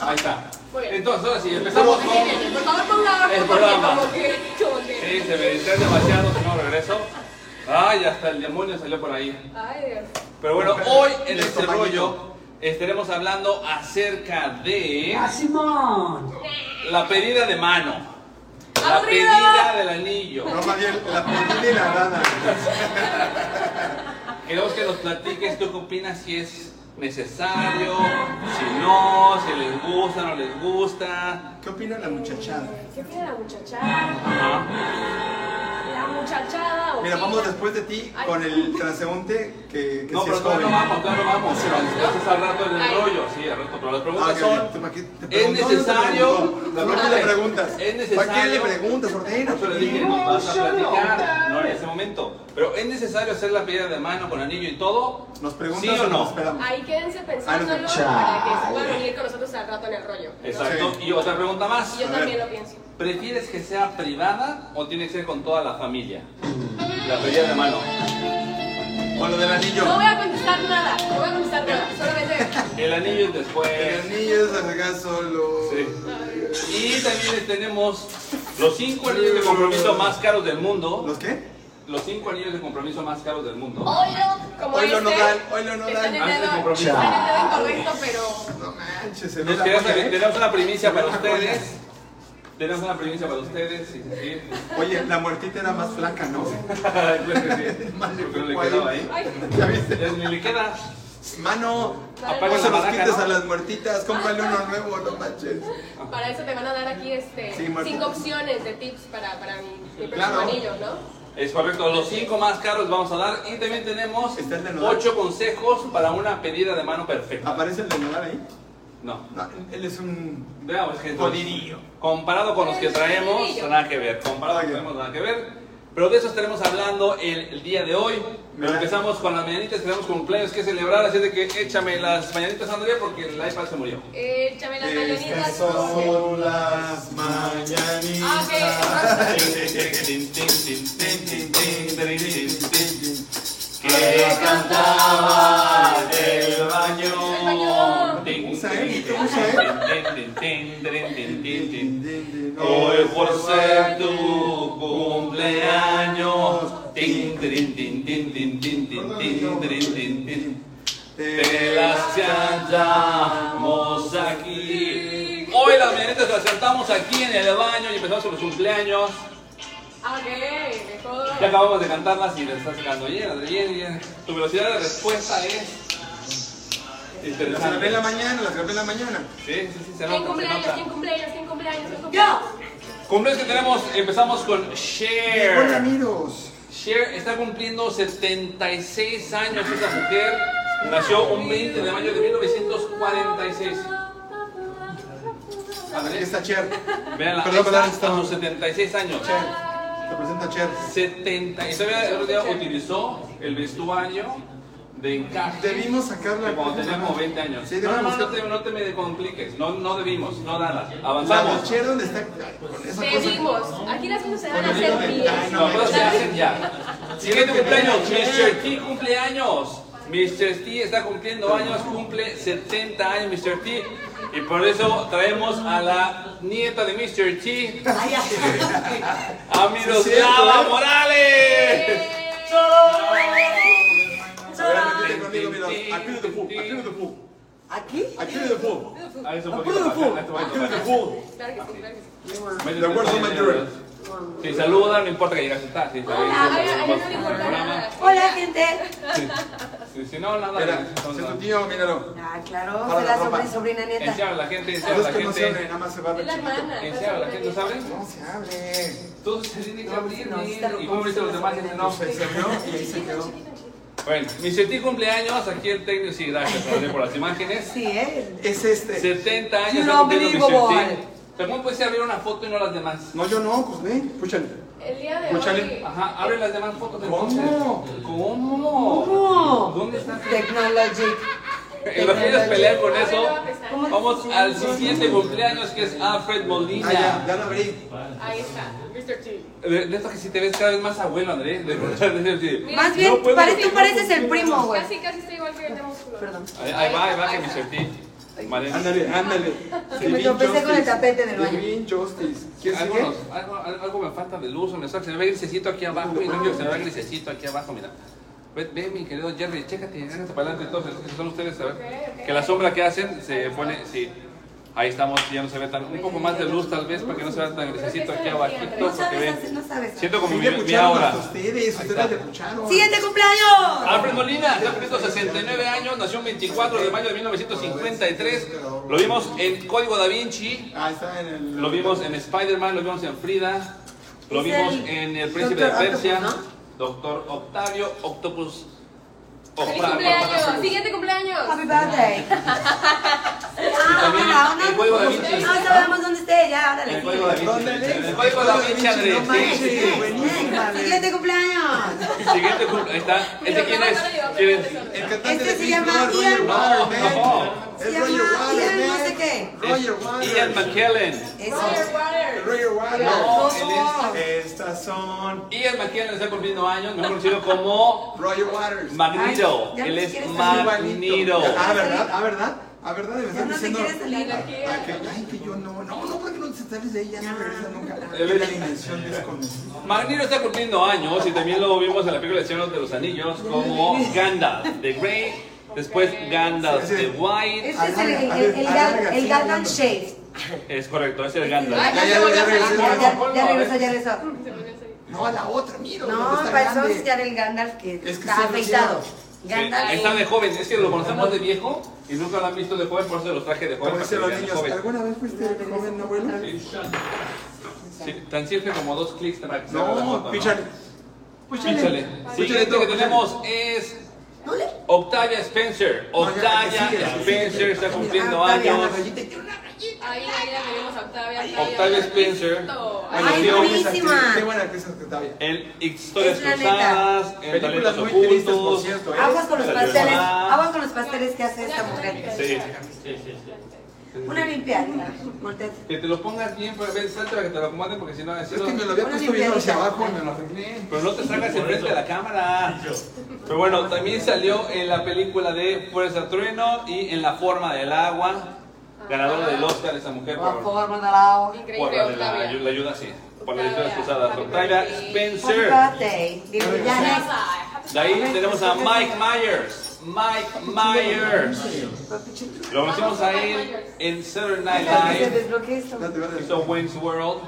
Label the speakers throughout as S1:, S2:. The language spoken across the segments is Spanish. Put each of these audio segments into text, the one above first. S1: Ahí está.
S2: Bueno.
S1: Entonces, ahora sí, empezamos con. Sí,
S2: Por favor, ponga
S1: El
S2: abajo porque
S1: programa.
S2: como que chonde.
S1: se me distrae demasiado, si no regreso. Ay, hasta el demonio salió por ahí.
S2: Ay, Dios.
S1: Pero bueno, hoy en este rollo estaremos hablando acerca de
S3: ¡Ah, Simón!
S1: la pedida de mano. La
S2: ¡Aburrido!
S1: pedida del anillo.
S4: No, más bien, la pedí la rana.
S1: Queremos que nos platiques tú qué opinas si es necesario, si no, si les gusta, no les gusta.
S4: ¿Qué opina la muchachada?
S2: eh, ¿Qué opina la muchachada?
S1: Ajá.
S2: La muchachada. opina-
S4: Mira, vamos después de ti con el transeúnte que, que
S1: No,
S4: sí
S1: pero
S4: es joven.
S1: todavía no vamos, todavía no vamos.
S4: Sí, vamos.
S1: Entonces al rato en el
S2: Ay.
S1: rollo, sí, al rato. Pero las
S4: Ah,
S1: preguntas
S4: ok,
S1: son,
S4: ok. Tú, ¿para qué te
S1: ¿es
S4: preguntas?
S1: necesario?
S4: ¿Dónde te preguntas? ¿Para qué le preguntas?
S1: ¿Es
S4: ¿Para qué le
S1: necesario?
S4: preguntas? Ordena.
S1: Yo le dije, nos vas a platicar, no en ese momento. Pero ¿es necesario hacer la pedida de mano con anillo y todo?
S4: ¿Nos preguntas
S1: ¿Sí o
S4: o nos
S1: no?
S4: esperamos?
S2: Ahí quédense
S4: Ah,
S2: pensándolo para
S4: no,
S2: que se puedan unir con nosotros al rato en el rollo.
S1: Exacto.
S4: Sí.
S1: Y otra pregunta más.
S2: Y yo
S4: A
S2: también
S4: ver.
S2: lo pienso.
S1: ¿Prefieres que sea privada o tiene que ser con toda la familia? La pedida de mano.
S4: Con lo del anillo.
S2: No voy a contestar nada, no voy a contestar nada, solamente.
S1: El anillo es
S4: El
S1: después.
S4: anillo es acá solo.
S1: Sí. Y también tenemos los cinco anillos de compromiso más caros del mundo.
S4: ¿Los qué?
S1: Los cinco anillos de compromiso más caros del mundo.
S2: Oilo, como
S4: Hoy lo
S2: este,
S4: no dan, hoy lo no
S2: está en
S4: dan.
S2: el
S1: Antes de
S2: dedo,
S1: compromiso.
S2: está en el dedo incorrecto, pero.
S4: No manches, se ve
S1: Nos
S4: la
S1: quedas-
S4: joya, ¿eh?
S1: tenemos una primicia para
S4: Una joya.
S1: ustedes. Tenemos una primicia para ustedes. sí, sí, sí.
S4: Oye, la muertita era más flaca, ¿no?
S1: Creo que sí. Porque no le quedaba ahí.
S2: Ay,
S4: ¿Ya viste?
S1: Ya Ni le queda.
S4: Mano,
S2: Apaga
S4: no
S1: la
S4: se los
S1: baraca,
S4: quites
S1: ¿no?
S4: a las muertitas, cómprale uno nuevo, no manches.
S2: para eso te van a dar aquí este,
S4: Sí, Marta.
S2: cinco opciones de tips para, para mi, mi próximo
S4: Claro.
S2: anillo, ¿no?
S1: Es correcto, los cinco más caros vamos a dar y también tenemos
S4: Está el de Nodal.
S1: ocho consejos para una pedida de mano perfecta.
S4: ¿Aparece el de Nadal ahí?
S1: No,
S4: No, él es un
S1: veamos que
S4: jodidillo.
S1: comparado con los que traemos, nada que ver, comparado con
S4: Oye.
S1: los que traemos, nada que ver. Pero de eso estaremos hablando el, el día de hoy. Pero
S4: Mira.
S1: empezamos con las mañanitas, tenemos cumpleaños que celebrar, así de que échame las mañanitas, Andrea, porque el iPad se murió.
S2: Échame las mañanitas.
S4: Estas son las mañanitas.
S2: Ah, ok, entonces-
S1: Que cantaba del
S2: El baño.
S4: Usa, ¿eh? Usa,
S1: baño. Hoy por ser tu cumpleaños, tin, tin, tin, tin, tin, tin, tin, tin, tin, tin, tin. te las cantamos aquí. Hoy las mañanitas las cantamos aquí en el baño y empezamos con los cumpleaños.
S2: Ah, ok, mejor.
S1: Ya acabamos de cantarlas y le estás sacando llena, llena, llena. Tu velocidad de respuesta es
S4: Las grabé en la
S1: interesante.
S4: mañana, las grabé en la mañana.
S1: Sí, sí, sí, se
S2: ¿Quién
S1: nota, se
S2: cumpleaños?
S1: nota.
S2: ¿Quién cumpleaños? ¿Quién cumpleaños? ¿Quién cumpleaños?
S1: Cumpleaños que tenemos, empezamos con
S4: Hola,
S1: Cher.
S4: amigos.
S1: Cher está cumpliendo 76 años esta mujer. Nació un 20 de mayo de 1946.
S4: Aquí
S1: Andrés,
S4: está Cher.
S1: Vean,
S4: Perdón, perdón,
S1: hasta
S4: estamos-
S1: los 76 años.
S4: Cher. Te presento a Cher.
S1: 70 y todavía el otro día utilizó el vestuario de encaje.
S4: Debimos sacarla
S1: de cuando tenía como 20 años.
S4: Sí,
S1: no, no,
S4: debimos
S1: no, no
S4: sacar-
S1: te, no te me compliques. No, no debimos, no nada.
S4: La
S1: Avanzamos.
S4: Cher, ¿dónde está? Ay, Con esa cosa.
S2: Debimos. Aquí las cosas se van a
S4: Con el
S2: hacer
S4: dedo de-
S2: bien.
S4: Ay,
S1: No, pero se hacen
S2: ¿Sabes?
S1: ya. Siguiente cumpleaños, Mr. T cumpleaños. Mr. T está cumpliendo años, cumple 70 años Mr. T. Y por eso traemos a la nieta de Mr. T, a Miroslava
S4: ¿eh?
S1: Morales.
S4: A ver, repite conmigo, mira. Aquí de fu, aquí de fu.
S3: ¿Aquí?
S4: Aquí de fu.
S1: Ahí está Ah, un
S3: ¡Aquí
S1: poquito
S3: de
S1: para
S3: fu!
S1: acá, ahí está un poquito
S3: ¡Aquí
S1: para
S3: de
S1: acá.
S3: fu!
S2: Claro que sí, claro que sí.
S4: The words of my dreams.
S1: Si saludan, no importa que llegas a estar. Si,
S2: Hola, ay, ay, no le importa nada.
S3: Hola, gente.
S1: Si, si no, nada.
S4: Mira,
S1: no,
S4: es tu
S1: nada.
S4: tío, míralo.
S3: Ah, claro,
S4: Ahora
S3: soy la
S4: la ropa.
S3: sobrina, sobrina nieta.
S1: Encierra a la gente, encierra a
S4: Es
S1: la
S4: que no se abre,
S1: gente.
S4: nada más se va a
S2: Es
S4: ver
S2: la
S4: chiquito.
S2: hermana.
S1: Encierra a la gente, ¿sabes?
S4: No se abre.
S1: Todo se tiene que
S3: No,
S1: abrir.
S3: no,
S1: mira.
S3: está
S1: ¿Y
S3: rojo,
S1: cómo viste los demás? Dice, No,
S4: Se
S1: pues,
S4: cerró y ahí se quedó.
S1: Bueno, mi sentí cumpleaños, aquí el técnico, sí, gracias André, por las imágenes.
S3: Sí, ¿eh?
S4: Es este.
S1: 70 años
S3: You
S1: está
S3: don't
S1: cumpliendo mi
S3: believe, boy.
S1: sentí. Pero ¿Cómo puedes abrir una foto y no las demás?
S4: No, yo no, pues ve, escúchale.
S2: El día de
S4: Escúchale.
S2: hoy.
S1: Ajá, abre las demás fotos
S4: ¿Cómo?
S1: entonces. ¿Cómo?
S3: ¿Cómo?
S1: ¿Dónde está?
S3: Technologic.
S1: En los quieres pelear con eso.
S2: ¿Cómo?
S1: Vamos al siguiente cumpleaños que es Alfred
S4: Ah, ya,
S1: Molina.
S4: ya lo abrí.
S2: Ahí está, Mr. T.
S1: De, de esto que si te ves cada vez más abuelo, Andrés. De verdad, de verdad, sí.
S2: Mira,
S3: Más bien,
S1: No puedo.
S3: pare- tú pareces el primo, güey.
S2: Casi, casi está igual que el de músculo.
S3: Perdón.
S1: Ahí ahí va, ahí va, que mi certí. Valencia.
S5: Ándale, ándale.
S3: Que me tropecé con el tapete en el
S4: del
S3: baño.
S4: Divine Justice. ¿Quieres
S1: Algo,
S4: sigue?
S1: nos- algo, algo me falta de luz, o me está- se me ve grisecito aquí abajo, y no quiero que se me vea grisecito aquí abajo, mira. Ve, ve, mi querido Jerry, chécate, háganse para adelante entonces, que son ustedes, a ver.
S2: Ok, ok.
S1: Que la sombra que hacen se pone, sí. Ahí estamos, ya no se ve tan, un poco más de luz tal vez, para que no se vea tan grisecito aquí abajito,
S3: No
S1: porque
S3: sabes, hacer-
S1: ve.
S3: no sabes.
S1: Siento como
S4: Sí,
S1: mi,
S4: le
S1: mi
S4: pucharon
S1: aura.
S4: hasta ustedes,
S1: Ahí
S4: ustedes
S1: está.
S4: le pucharon.
S3: ¡Siguiente cumpleaños!
S1: Alfred Molina, está cumpliendo 69 años, nació un 24 de mayo de 1953. Lo vimos en Código Da Vinci,
S4: Ah, está en el.
S1: Lo vimos en Spider-Man, lo vimos en Frida, lo
S3: Es
S1: vimos
S3: el
S1: en El Príncipe de
S3: Doctor
S1: Persia,
S3: Octopus,
S1: Doctor Octavio Octopus.
S2: ¡Feliz
S1: Octavio.
S2: cumpleaños! ¡Siguiente cumpleaños!
S3: Happy birthday. Ah,
S1: también
S3: buena onda.
S1: el juego de Da Vinci.
S3: Ah, sabemos dónde esté, ya,
S1: El
S3: órale.
S1: juego de Da Vinci. El juego de Da Vinci,
S4: No
S1: Andrés. Sí,
S4: manches, buenísima.
S3: Sí. Siguiente cumpleaños.
S1: sí. Siguiente cumple. Ahí está. ¿Este quién es? ¿Quién es?
S4: El cantante
S3: Este
S4: de
S3: se
S4: Pink
S3: llama
S4: Floyd, Roger
S3: Ian-
S4: Waterman.
S1: No.
S4: Es
S3: Se llama
S4: Roger
S3: Ian
S4: Waterman.
S3: no sé qué.
S4: Roger
S1: Es Ian
S4: Waterman.
S1: McKellen.
S2: Water,
S3: Eso.
S2: water.
S4: Roger
S1: No,
S4: Waterman.
S1: él
S4: Estas son.
S1: es. Ian McKellen está cumpliendo años, mejor conocido como
S4: Roger Waters.
S1: Magneto.
S3: Ay, ya
S1: Él
S3: ni
S1: es
S3: siquiera es
S1: Magneto.
S4: Ah, ¿verdad? Ah, ¿verdad? Ah, ¿verdad? Me
S3: Ya
S4: están
S3: no te
S4: diciendo.
S3: quieres
S2: Y
S3: salir.
S2: la
S4: Ah, que,
S2: quiero.
S4: ay, que yo no. No, no, porque no te sales de ahí, ya no regresa nunca.
S1: Él
S4: Es
S1: es-
S4: la dimensión desconocida.
S1: Magneto está cumpliendo años y también lo vimos en la película de Señor de los Anillos como Gandalf de Grey, después Gandalf de White.
S3: Este es el, el, el, el, Gal- el Galvan Shade.
S1: Es correcto, es el Gandalf.
S2: Ay,
S4: Ya, ya, ya regresé.
S3: Ah, Ya, ya, ya regresó, ya regresó.
S2: Se me olvidó salir.
S4: No, la otra, mira.
S3: No,
S4: está
S3: para eso
S4: grande.
S3: es ya el Gandalf que,
S4: que
S3: está
S4: se lo
S3: afeitado.
S1: Eh, Está de joven, es que lo conocemos de viejo y nunca lo han visto de joven, por eso los traje de joven.
S4: Como
S1: para que
S4: dicen
S1: lo
S4: los
S1: vean de
S4: niños,
S1: joven.
S4: ¿alguna vez fuiste joven abuelo?
S1: Sí. Sí, tan simple como dos clics para que se haga la foto,
S4: No, píchale.
S1: Píchale. Siguiente que tenemos es
S3: ¿No le?
S1: Octavia Spencer.
S4: No, ya,
S1: Octavia
S4: que sigue, sigue.
S1: Spencer está cumpliendo
S3: Ah, Octavia,
S1: años.
S3: la
S2: Ahí, ahí la veremos a Octavia.
S1: Octavia Spencer.
S2: Listo.
S1: Ay,
S2: Ay,
S1: sí,
S3: buenísima.
S4: Qué buena actriz es Octavia.
S1: En historias
S3: Es la neta.
S1: cruzadas, en
S4: Películas
S1: talentos
S4: muy tristes, por
S1: ocultos.
S4: cierto. ¿eh?
S3: Aguas con los pasteles,
S1: Ah.
S3: aguas con los pasteles que hace esta mujer.
S1: Sí.
S3: Una limpiadita, voltea.
S1: Que te lo pongas bien, pero ven, salte para que te lo acomoden, porque si no, así
S4: Es que
S1: no-
S4: me lo había
S3: Una
S4: puesto bien hacia
S3: limpiadita.
S4: abajo, me lo arreglé.
S1: Pero no te salgas enfrente de la cámara. Pero bueno, también salió en la película de Fuerza Trueno y en La Forma del Agua. Ganadora del Oscar esa mujer
S3: Por
S1: por,
S3: favor, mandala.
S1: por
S2: Increíble,
S1: la, de la,
S2: Octavia.
S1: la ayuda, sí. Por las
S2: Octavia.
S1: historias cruzadas. Octavia
S3: Happy
S1: Spencer.
S3: birthday. Dile, ya next.
S1: De ahí tenemos a Mike Myers. Mike Myers. Lo conocimos a él en Saturday Night
S3: Espera que se
S1: Live.
S3: desbloquee esto.
S4: Date, date.
S1: Hizo Wayne's World.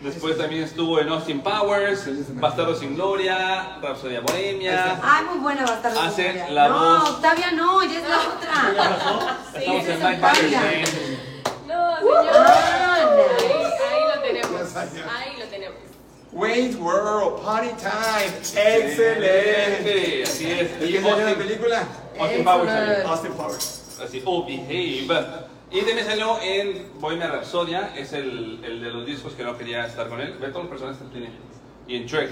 S1: Después también estuvo en Austin Powers, Bastardo sin Gloria, Rapsodia Bohemia.
S3: Ay, muy buena va a estar
S1: Hace
S3: Victoria.
S1: la
S3: no,
S1: voz.
S3: Octavia no, ya es la otra.
S1: Estamos
S2: ese
S1: en
S2: es
S1: Mike
S3: Octavia.
S1: Myers. ¿eh?
S2: No,
S3: Ah.
S2: señor. Ahí, ahí lo tenemos.
S4: Ya salió.
S2: Ahí lo tenemos.
S4: Wayne's World, Party Time. Excelente.
S1: Sí, así es.
S4: ¿De
S1: Y
S4: qué salió la
S1: Austin,
S4: película?
S1: Austin Powers también.
S4: Austin Powers.
S1: Así, oh, behave. Y también salió en Bohemia Rhapsodia, es el, el de los discos que no quería estar con él. Ve todos los personajes que tiene. Y en Trek.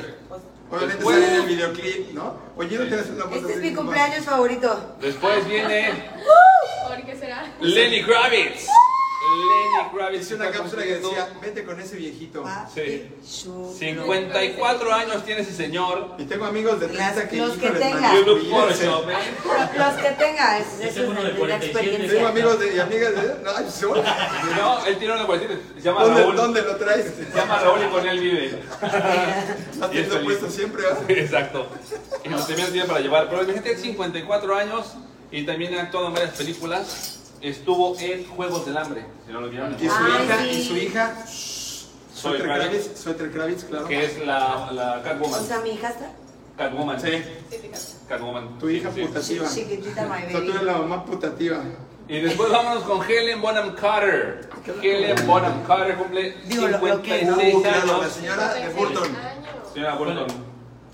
S4: Obviamente
S1: Después-
S4: sale en el videoclip, ¿no? Oye, no tienes una voz
S3: Este es
S4: así
S3: mi
S4: como-
S3: cumpleaños favorito.
S1: Después viene
S2: ¿Por qué será?
S1: Lenny Kravitz. Lenny Kravitz.
S4: Hice una
S1: está
S4: cápsula que
S1: cumpliendo
S4: decía, vete con ese viejito.
S1: Sí.
S3: Su-
S1: 54 años tiene ese señor.
S4: Y tengo amigos de 30 que
S3: Los que
S4: híjole,
S3: tenga.
S4: man,
S1: You look
S4: cuídense.
S1: Photoshop, ¿eh?
S3: Los que tenga, es,
S6: Ese
S3: eso es
S6: uno
S3: la,
S6: de
S3: de la
S6: 47.
S4: Tengo
S3: experiencia.
S4: amigos de, y amigas de... No, ay, sola.
S1: No, él tiene una cuestión. Se llama
S4: ¿Dónde,
S1: Raúl.
S4: ¿Dónde lo traes?
S1: Se llama Raúl y con él vive. Y es
S4: Haciendo
S1: feliz.
S4: puesto siempre, ¿verdad?
S1: Exacto. Y lo tenía bien para llevar. Pero imagínate, tiene 54 años y también ha actuado en varias películas. Estuvo en Juegos del Hambre, si no lo vieron.
S4: Y su
S3: Ay,
S4: hija,
S3: sí.
S4: y su hija,
S1: Soy
S4: Suéter
S1: Kravitz,
S4: Kravitz, Suéter Kravitz, claro.
S1: que es la, la
S3: O
S1: Catwoman.
S3: sea, mi hijastra,
S1: Catwoman.
S4: Sí,
S1: Catwoman.
S4: tu
S1: Sí,
S4: hija
S1: sí.
S4: putativa.
S3: chiquitita, my
S4: O sea, tú eres
S3: baby.
S4: la mamá putativa.
S1: Y después vámonos con Helen Bonham Carter. Helen Bonham Carter cumple
S3: Digo, lo- lo que- pues,
S1: 56
S4: Uh, claro, la
S1: años.
S4: señora de Burton.
S1: Señora Burton.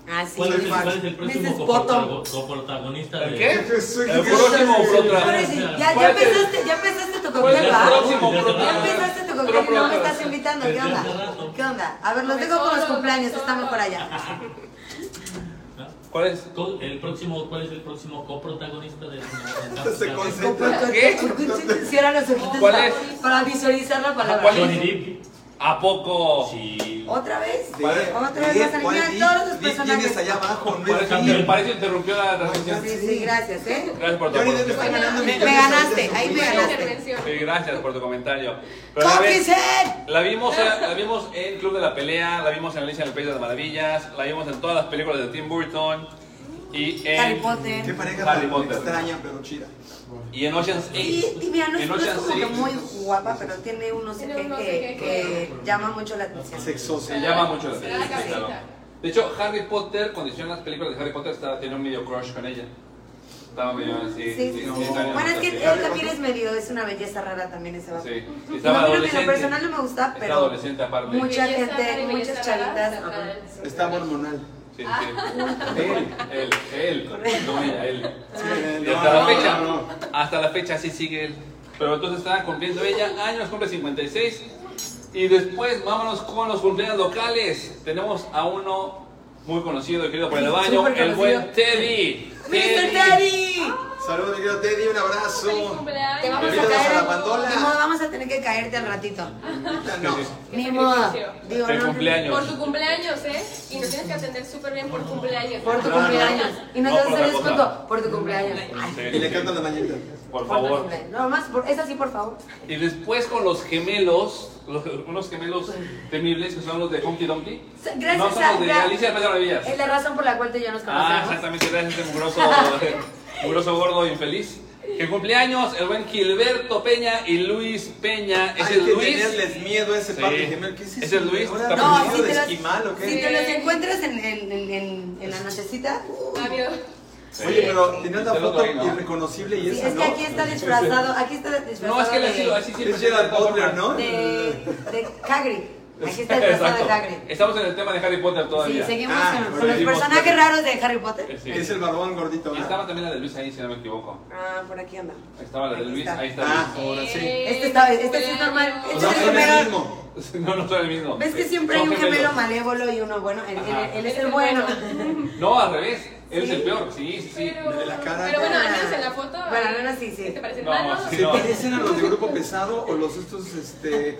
S3: Ah, sí,
S6: ¿Cuál es, el-
S3: igual.
S6: cuál es el próximo
S3: Mrs. Bottom.
S6: coprotago- coprotagonista
S1: ¿El
S6: de
S1: qué?
S4: Jesús,
S1: El
S4: Jesús.
S1: próximo
S3: Ahora
S1: protagonista.
S3: sí, Ya, ya empezaste, ya empezaste tu
S1: ¿Cuál es
S3: cóctel,
S1: el
S3: ¿va?
S1: próximo
S3: Ya
S1: protagonista?
S3: empezaste tu cóctel y no me estás invitando, ¿qué
S6: Desde hace
S3: onda?
S6: rato.
S3: ¿Qué onda? A ver, los dejo con los cumpleaños, está mejor allá.
S1: ¿Cuál es?
S6: Co- el próximo, ¿Cuál es el próximo coprotagonista de
S4: Se concentra.
S1: ¿Qué?
S3: Cierra los ojitos
S1: ¿Cuál
S3: para-
S1: es?
S3: para visualizar la palabra.
S1: ¿Cuál
S6: Johnny
S1: es?
S6: Depp.
S1: ¿A poco?
S6: Sí.
S3: ¿Otra vez?
S4: Sí.
S3: ¿Otra vez
S4: Sí,
S3: vas a
S4: ¿cuál
S3: eliminar
S4: di-
S3: todos los
S4: di- tienes allá
S3: personajes?
S4: abajo, no es
S1: Parece,
S4: mío.
S1: parece que interrumpió la transmisión.
S3: Sí, sí, gracias, ¿eh?
S1: Gracias por tu
S4: Johnny Depp
S1: aporte.
S4: está ganando
S3: Me,
S4: millones
S3: me
S4: ahorita
S3: ganaste,
S4: en su
S3: ahí me
S4: vida.
S2: Buena
S3: ganaste.
S2: intervención.
S1: Sí, gracias por tu comentario. Pero a ver,
S3: ¡Cóquisen!
S1: La vimos, eh, la vimos en Club de la Pelea, la vimos en Alicia en el País de las Maravillas, la vimos en todas las películas de Tim Burton y en
S3: Harry
S4: Qué
S3: Potter.
S4: pareja
S1: Harry
S4: tan
S1: Potter.
S4: extraña, pero chida.
S1: y en Ocean's
S3: Y, y mira, no es,
S1: En
S3: no es
S1: Ocean's
S3: como que
S1: Eight.
S3: muy guapa, pero tiene un no sé qué
S2: Tiene un no sé
S3: que,
S2: qué
S3: que llama mucho la atención.
S4: Sexosa.
S1: Se llama mucho la
S2: Se
S1: atención.
S2: da la
S1: sí, claro.
S2: cabeza.
S1: De hecho, Harry Potter, cuando hicieron las películas de Harry Potter, estaba, tenía un medio crush con ella. Estaba medio así.
S3: Sí, sí, sí.
S1: no,
S4: no,
S3: Bueno, es que
S1: sí.
S3: él también es medio, es una belleza rara también ese vato.
S1: Sí, y
S3: No,
S1: estaba
S3: a mí no, en
S1: adolescente.
S3: lo personal no me gusta,
S1: Estaba
S3: pero
S1: adolescente aparte.
S3: mucha
S2: Belleza rara
S3: gente,
S2: y
S3: muchas
S2: belleza rara,
S3: chavitas.
S2: está
S3: ajá.
S2: rara.
S4: Está hormonal.
S1: Sí,
S3: Ah.
S1: sí. Él, él, él, no ella, él.
S4: Sí,
S1: Y
S4: no,
S1: hasta la
S4: no,
S1: fecha,
S4: no, no.
S1: hasta la fecha sí sigue él. Pero entonces estaba cumpliendo ella años, cumple 56. Y después vámonos con los cumpleaños locales. Tenemos a uno muy conocido y querido por el baño,
S3: Súper
S1: el buen
S3: conocido.
S1: Teddy.
S3: ¡Mr. Teddy!
S4: Saludos, mi querido Teddy, un
S2: Feliz
S4: abrazo.
S2: cumpleaños.
S3: Te vamos a
S4: Invítanos a
S3: caer.
S4: la
S3: al-
S4: bandola.
S3: Ni modo, vamos a tener que caerte al ratito.
S2: Ah,
S4: No.
S3: Ni modo. Digo,
S1: El
S3: no,
S1: cumpleaños.
S2: Por tu cumpleaños, ¿eh? Y nos tienes que atender súper bien por cumpleaños.
S3: Por tu
S4: Claro.
S3: cumpleaños. Y nos
S1: No,
S3: das
S1: por
S3: el
S1: otra cosa.
S3: descuento por tu cumpleaños. Ay,
S1: Sí,
S4: Y le
S1: sí,
S4: cantan la mañanita.
S1: Por
S3: por tu
S1: favor.
S3: cumpleaños. No, más, por, esa sí, por favor.
S1: Y después con los gemelos, los- unos gemelos temibles que son los de Humpty Dumpty.
S3: S- Gracias
S1: no son
S3: a
S1: los de Alicia en
S3: gra-
S1: el País de las Maravillas.
S3: Es la razón por la cual tú y yo nos
S1: Ah,
S3: conocemos.
S1: exactamente, gracias a este mugroso, mugroso gordo infeliz. Que cumpleaños el buen Gilberto Peña y Luis Peña. Es
S4: Hay
S1: el
S4: que
S1: Luis.
S4: tenerles miedo a ese
S1: Sí.
S4: par de gemelos. ¿Qué es eso?
S1: Es el Luis.
S4: Ahora,
S1: Está
S4: ¿miedo
S3: si
S4: de
S3: te, los,
S4: esquimal o qué?
S3: si te los encuentras en, en, en, en, en la nochecita, uh,
S2: Adiós.
S4: Oye, pero tenía una
S1: Está el otro
S4: foto
S1: ahí, ¿no?
S4: irreconocible y
S3: sí,
S4: esa
S3: es que
S4: no.
S3: aquí está disfrazado, aquí está disfrazado
S1: No, es que él
S3: de,
S1: así, lo- así siempre.
S4: Es
S1: se
S4: Gerard
S1: trata,
S4: Butler, ¿no?
S3: de, de Hagrid. Aquí está disfrazado de
S1: Exacto.
S3: Hagrid.
S1: Estamos en el tema de Harry Potter
S3: Sí,
S1: todavía.
S3: seguimos
S4: Ah,
S3: con, con
S4: bueno,
S3: los
S1: seguimos.
S3: personajes raros de Harry Potter.
S1: Sí.
S4: Es el barbón gordito.
S1: Y
S4: ¿no?
S1: estaba también la de Luis ahí, si no me equivoco.
S3: Ah, por aquí anda.
S1: Estaba la de
S3: Aquí
S1: Luis,
S3: está.
S1: ahí está
S4: Ah,
S1: Luis.
S4: ahora
S2: Eh,
S4: sí.
S3: Este está, este sí es normal.
S4: O
S3: Este
S4: sea,
S3: es
S1: Pues
S3: el
S4: son el
S3: gemelo.
S4: mismo.
S1: No, no soy el mismo.
S3: ¿Ves que siempre hay
S1: Son
S3: un gemelo
S1: gemelos.
S3: malévolo y uno bueno? Él, él-
S1: Ajá.
S3: él es el bueno.
S1: No, al revés. Él es
S3: Sí.
S1: el peor. Sí, sí, sí.
S2: Pero,
S4: De la cara.
S2: pero bueno, al menos en la foto.
S3: Bueno, al
S2: eh,
S3: menos sí, sí.
S2: ¿Te parecen
S1: No,
S2: malos?
S1: sí.
S4: ¿Se parecen a los de grupo pesado o los estos, este.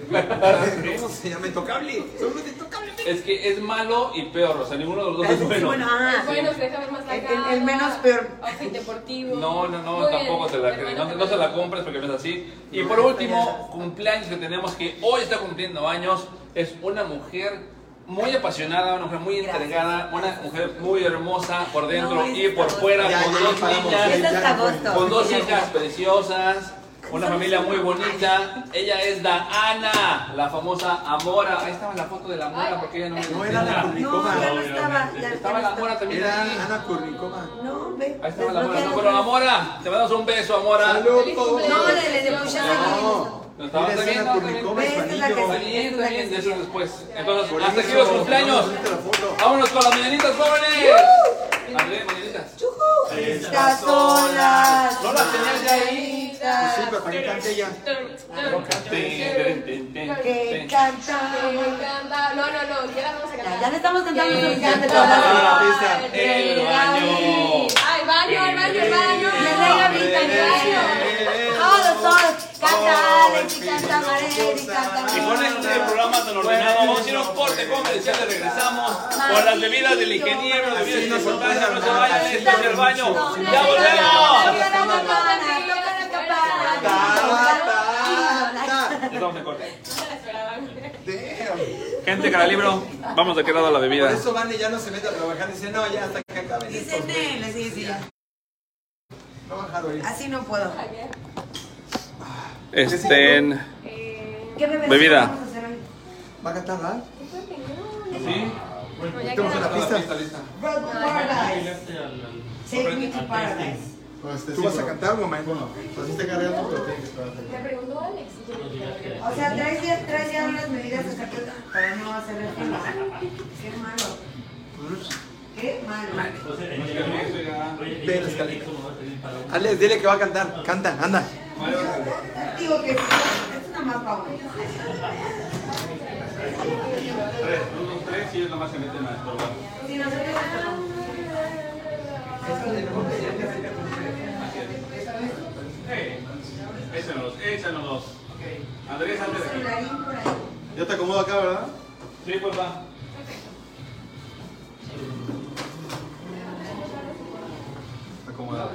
S4: ¿Cómo se llama? Intocable. Son los de Intocable.
S1: Es que es malo y peor. O sea, ninguno de los dos
S3: Él
S1: es
S3: es el
S1: bueno.
S3: bueno, ajá.
S2: Ah, Bueno, deja ver más la
S3: Ah, El- el-
S2: cara.
S3: el menos peor.
S2: Outfit deportivo.
S1: No, no, no,
S2: Muy bien,
S1: tampoco te la
S2: pero
S1: crees.
S2: bueno,
S1: No,
S2: te
S1: no se la
S2: parece.
S1: compres porque no es así. Y
S3: No,
S1: por
S3: no,
S1: último,
S3: no.
S1: cumpleaños que tenemos que hoy está cumpliendo años. Es una mujer muy apasionada, una mujer muy
S3: Gracias.
S1: entregada, una mujer muy hermosa por dentro
S3: No,
S1: y
S3: es
S1: por
S3: todo.
S1: fuera,
S4: Ya,
S1: con
S4: ya,
S1: dos
S4: paramos,
S1: niñas.
S4: ya,
S3: Es
S4: ya,
S3: hasta
S4: bueno.
S3: agosto.
S1: Con dos hijas preciosas, una familia muy bonita. Ella es Daana, la famosa Amora. Ahí estaba la foto de la Amora porque ella no me
S4: No era la
S3: No,
S4: Kurnikova.
S3: ya no estaba. Ya, ya no
S1: Estaba la Amora
S3: estaba.
S1: también ahí.
S4: Era Ana Kurnikova.
S3: No, ve.
S1: Ahí estaba la Amora. No,
S3: desbloquea la
S1: pero
S3: otra vez.
S1: Amora, te mandamos un beso, Amora.
S2: Feliz cumpleaños.
S3: No, le- le- le pusieron
S4: No.
S1: No, estaba
S4: Mira,
S1: bien,
S4: es Ana
S1: estaba
S4: Kurnikova,
S3: bien. Esa es la que
S1: Está
S4: Juanillo.
S1: bien, está bien, de eso después.
S4: Por
S1: Entonces, hasta aquí los
S4: eso,
S1: cumpleaños.
S4: no, no, no, no, no.
S1: Vámonos con las mañanitas jóvenes. André, mañanitas.
S3: ¡Yujú!
S4: Estas
S3: Estas son las
S1: ¿No las tenías ya ahí?
S4: Pues sí,
S3: mañanitas
S4: pero para que cante ella.
S1: Ten, ten, ten,
S3: que
S1: ten.
S2: Ay, me
S3: cantan.
S2: encanta. No, no, no, ya las vamos a
S3: Ya,
S2: cantar.
S3: ya le estamos cantando
S2: Que
S3: una canción de
S2: canta
S3: todas las-
S4: la
S2: el
S1: pista. El
S2: rey
S1: baño.
S2: David. Ay, baño, el baño, el baño. La reina Brita, el baño.
S3: Todos, todos. Canta Alex y canta Marel y canta
S1: Y con este programa tan ordenado, vamos a ir a un corte comercial y regresamos con las bebidas del ingeniero, bebidas sin importancia, no se vayan, esto es el baño. ¡Ya volvemos!
S3: Toca la campana, toca la
S4: Ta,
S3: campana.
S4: ta, ta.
S1: Ya estamos en corte.
S2: No se la esperaban.
S4: Damn.
S1: Gente, cara libro, vamos de qué lado la
S4: Por
S1: bebida.
S4: eso Vane ya no se mete a trabajar. Dice, no, ya hasta que acabe.
S3: Dicen él, sí, sí.
S4: No ha bajado ahorita.
S3: Así no puedo.
S1: Este.
S2: Eh,
S3: ¿Qué bebés
S1: Bebida.
S3: vamos a hacer hoy?
S4: ¿Va a cantar, ¿verdad?
S2: creo que no.
S1: ¿Sí?
S2: No, ya
S4: Estamos en la
S2: quedamos.
S4: pista.
S3: Road to Paradise. Take me to Paradise.
S4: ¿Tú vas a cantar, mamá?
S2: Me preguntó Alex. y yo le dije,
S3: O sea, traes ya, traes ya unas medidas de sacota para no hacer el tema. Qué malo. Qué malo.
S4: Alex, dile que va a cantar. Canta, anda.
S3: Digo que sí, es una más favorita.
S1: sí, es lo más que meten a
S3: Si nosotros
S1: Eh, Échanos, échanos. Andrés, antes de
S3: por ahí.
S1: aquí.
S5: Yo te acomodo acá, ¿verdad?
S1: Sí, papá.
S4: Acomodado.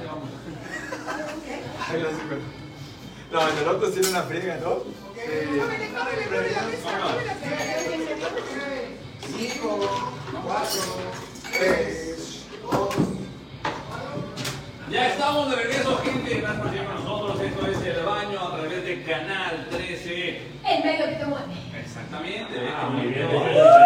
S4: Ay, gracias, güey. No, en el otro tiene una friega, ¿no? Sí.
S7: Cinco, cuatro, tres, dos.
S1: Ya estamos de regreso, gente. Gracias por seguir con nosotros. Esto es El Baño a través de Canal 13.
S2: El medio que te mueve.
S1: Exactamente. Este
S6: Ah, muy bien.
S1: Muy